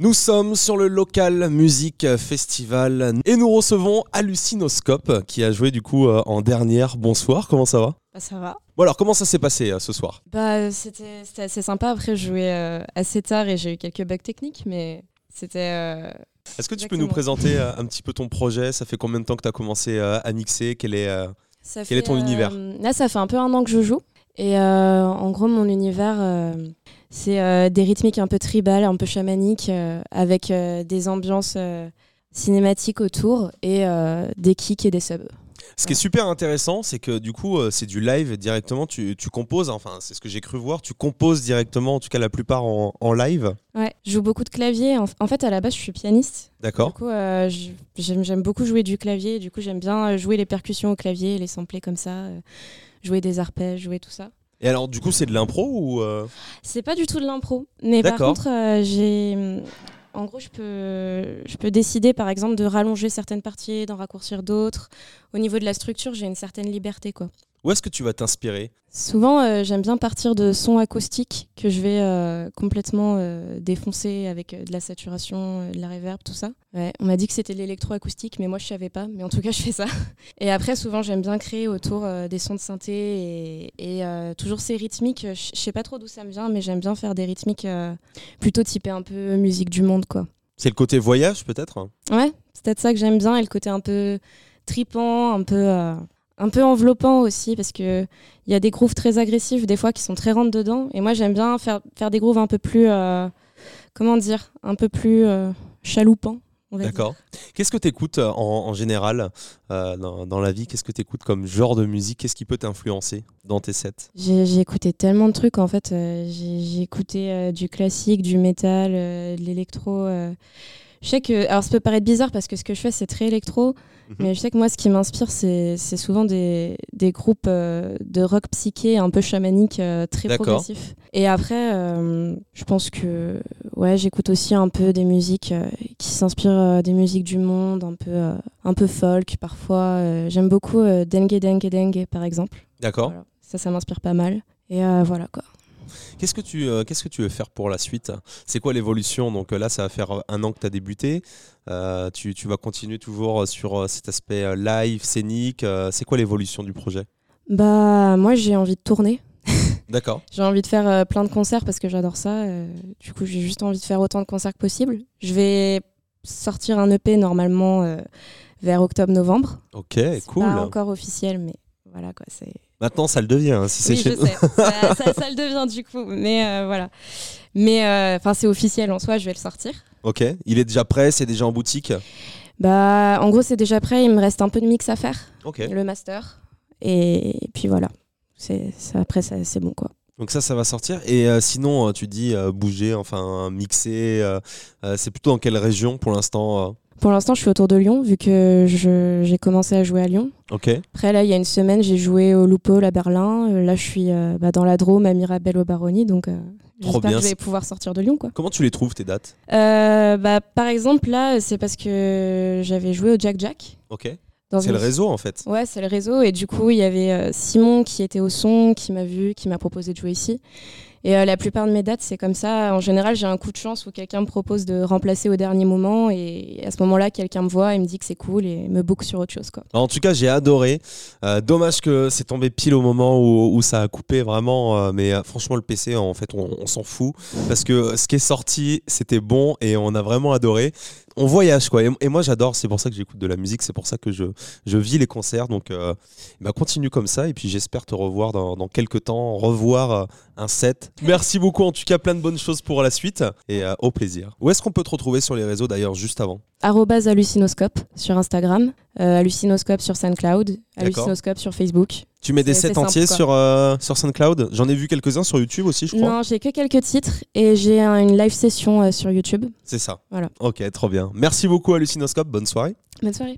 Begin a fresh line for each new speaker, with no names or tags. Nous sommes sur le Local Music Festival et nous recevons Hallucinoscope qui a joué du coup euh, en dernière. Bonsoir, comment ça va
Bah, ça va.
Bon alors, comment ça s'est passé euh, ce soir
Bah, c'était c'était assez sympa. Après, je jouais euh, assez tard et j'ai eu quelques bugs techniques, mais c'était. euh,
Est-ce que tu peux
Exactement.
nous présenter euh, un petit peu ton projet Ça fait combien de temps que tu as commencé euh, à mixer Quel est, euh,
ça euh,
Quel est ton univers
Là, ça fait un peu un an que je joue. Et euh, en gros, mon univers, euh, c'est euh, des rythmiques un peu tribales, un peu chamaniques, euh, avec euh, des ambiances euh, cinématiques autour et euh, des kicks et des subs.
Ce qui est super intéressant, c'est que du coup, euh, c'est du live directement. Tu, tu composes, enfin, c'est ce que j'ai cru voir. Tu composes directement, en tout cas la plupart en, en live.
Ouais, je joue beaucoup de clavier. En- en fait, à la base, je suis pianiste.
D'accord
Du coup, euh, je- j'aime j'aime beaucoup jouer du clavier. et Du coup, j'aime bien euh, jouer les percussions au clavier, les sampler comme ça, euh, jouer des arpèges, jouer tout ça.
Et alors, du coup, c'est de l'impro ou euh,
C'est pas du tout de l'impro, mais par
D'accord.
contre, euh, j'ai. En gros, je peux, je peux décider, par exemple, de rallonger certaines parties, d'en raccourcir d'autres. Au niveau de la structure, j'ai une certaine liberté, quoi.
où est-ce que tu vas t'inspirer
Souvent, euh, j'aime bien partir de sons acoustiques que je vais euh, complètement euh, défoncer avec euh, de la saturation, euh, de la reverb, tout ça. Ouais, on m'a dit que c'était de l'électroacoustique, mais moi je savais pas. Mais en tout cas, je fais ça. Et après, souvent, j'aime bien créer autour euh, des sons de synthé et, et, euh, toujours ces rythmiques. euh, Je je sais pas trop d'où ça me vient, mais j'aime bien faire des rythmiques euh, plutôt typées un peu musique du monde, quoi.
C'est le côté voyage, peut-être
Ouais, c'est peut-être ça que j'aime bien et le côté un peu tripant, un peu, euh, un peu enveloppant aussi, parce que il y a des grooves très agressifs des fois qui sont très rentres dedans. Et moi, j'aime bien faire, faire des grooves un peu plus, euh, comment dire, un peu plus euh, chaloupants. on va dire.
D'accord. Qu'est-ce que tu écoutes en, en général euh, dans, dans la vie Qu'est-ce que tu écoutes comme genre de musique Qu'est-ce qui peut t'influencer dans tes sets
J'ai j'ai écouté tellement de trucs en fait. euh, j'ai j'ai écouté euh, du classique, du métal, euh, de l'électro. euh. Je sais que. Alors ça peut paraître bizarre parce que ce que je fais c'est très électro,
Mhm.
mais je sais que moi ce qui m'inspire c'est c'est souvent des, des groupes euh, de rock psyché un peu chamanique, euh, très
D'accord.
progressif. Et après, euh, je pense que. Ouais, j'écoute aussi un peu des musiques euh, qui s'inspirent euh, des musiques du monde, un peu, euh, un peu folk parfois. Euh, J'aime beaucoup euh, Dengue Dengue Dengue par exemple.
D'accord.
Voilà. Ça, ça m'inspire pas mal. Et euh, voilà quoi.
Qu'est-ce que tu euh, qu'est-ce que tu veux faire pour la suite C'est quoi l'évolution Donc euh, là, ça va faire euh, un an que tu as débuté. Euh, tu, tu vas continuer toujours euh, sur euh, cet aspect euh, live, scénique. euh, C'est quoi l'évolution du projet
Bah, moi j'ai envie de tourner.
D'accord.
J'ai envie de faire euh, plein de concerts parce que j'adore ça. euh, du coup, j'ai juste envie de faire autant de concerts que possible. Je vais sortir un EP normalement euh, vers octobre-novembre.
Ok,
C'est
Eh, cool.
Pas encore officiel, mais voilà quoi. C'est.
Maintenant, ça le devient. hein, si c'est
Oui,
chez
je sais. ça, ça- ça le devient du coup, mais euh, voilà. Mais euh, enfin, c'est officiel en soi. Je vais le sortir.
Ok. Il est déjà prêt. C'est déjà en boutique.
Bah, en gros, c'est déjà prêt. Il me reste un peu de mix à faire.
Ok.
le master. Et puis voilà. C'est ça- après ça, c'est bon quoi.
Donc ça, ça va sortir. Et euh, sinon, euh, tu dis euh, bouger, enfin mixer. euh, euh, c'est plutôt dans quelle région pour l'instant euh
Pour l'instant, je suis autour de Lyon vu que je- j'ai commencé à jouer à Lyon.
Ok.
Après là, il y a une semaine, j'ai joué au Loupol à Berlin. Euh, Là, je suis euh, bah, dans la Drôme à Mirabel au Baroni, donc euh,
Trop bien,
j'espère que je
c'est-
vais pouvoir sortir de Lyon quoi.
Comment tu les trouves tes dates
Euh, bah, par exemple là, c'est parce que j'avais joué au Jack Jack.
Ok.
dans
C'est
une-
le réseau en fait.
Ouais, c'est le réseau. Et du coup, il y avait euh, Simon qui était au son, qui m'a vu, qui m'a proposé de jouer ici. Et euh, la plupart de mes dates, c'est comme ça. En général, j'ai un coup de chance où quelqu'un me propose de remplacer au dernier moment. Et à ce moment-là, quelqu'un me voit et me dit que c'est cool et me book sur autre chose. Quoi.
Alors, en tout cas, j'ai adoré. Euh, dommage que c'est tombé pile au moment où, où ça a coupé vraiment. euh, mais euh, franchement, le PC, en fait, on, on s'en fout parce que ce qui est sorti, c'était bon et on a vraiment adoré. On voyage quoi. Et, et moi, j'adore. C'est pour ça que j'écoute de la musique. C'est pour ça que je, je vis les concerts. Donc, euh, bah, continue comme ça. Et puis, j'espère te revoir dans, dans quelques temps, revoir euh, un set. Merci beaucoup. En tout cas, plein de bonnes choses pour la suite et euh, au plaisir. Où est-ce qu'on peut te retrouver sur les réseaux d'ailleurs, juste avant
Arrobase hallucinoscope sur Instagram, euh, hallucinoscope sur SoundCloud,
D'accord.
hallucinoscope sur Facebook.
Tu mets des
C'est-
sets
c'est
entiers
simple, quoi.
sur, euh, sur SoundCloud J'en ai vu quelques-uns sur YouTube aussi, je crois.
Non, j'ai que quelques titres et j'ai un- une live session euh, sur YouTube.
C'est ça.
Voilà.
Ok, trop bien. Merci beaucoup, Hallucinoscope. Bonne soirée.
Bonne soirée.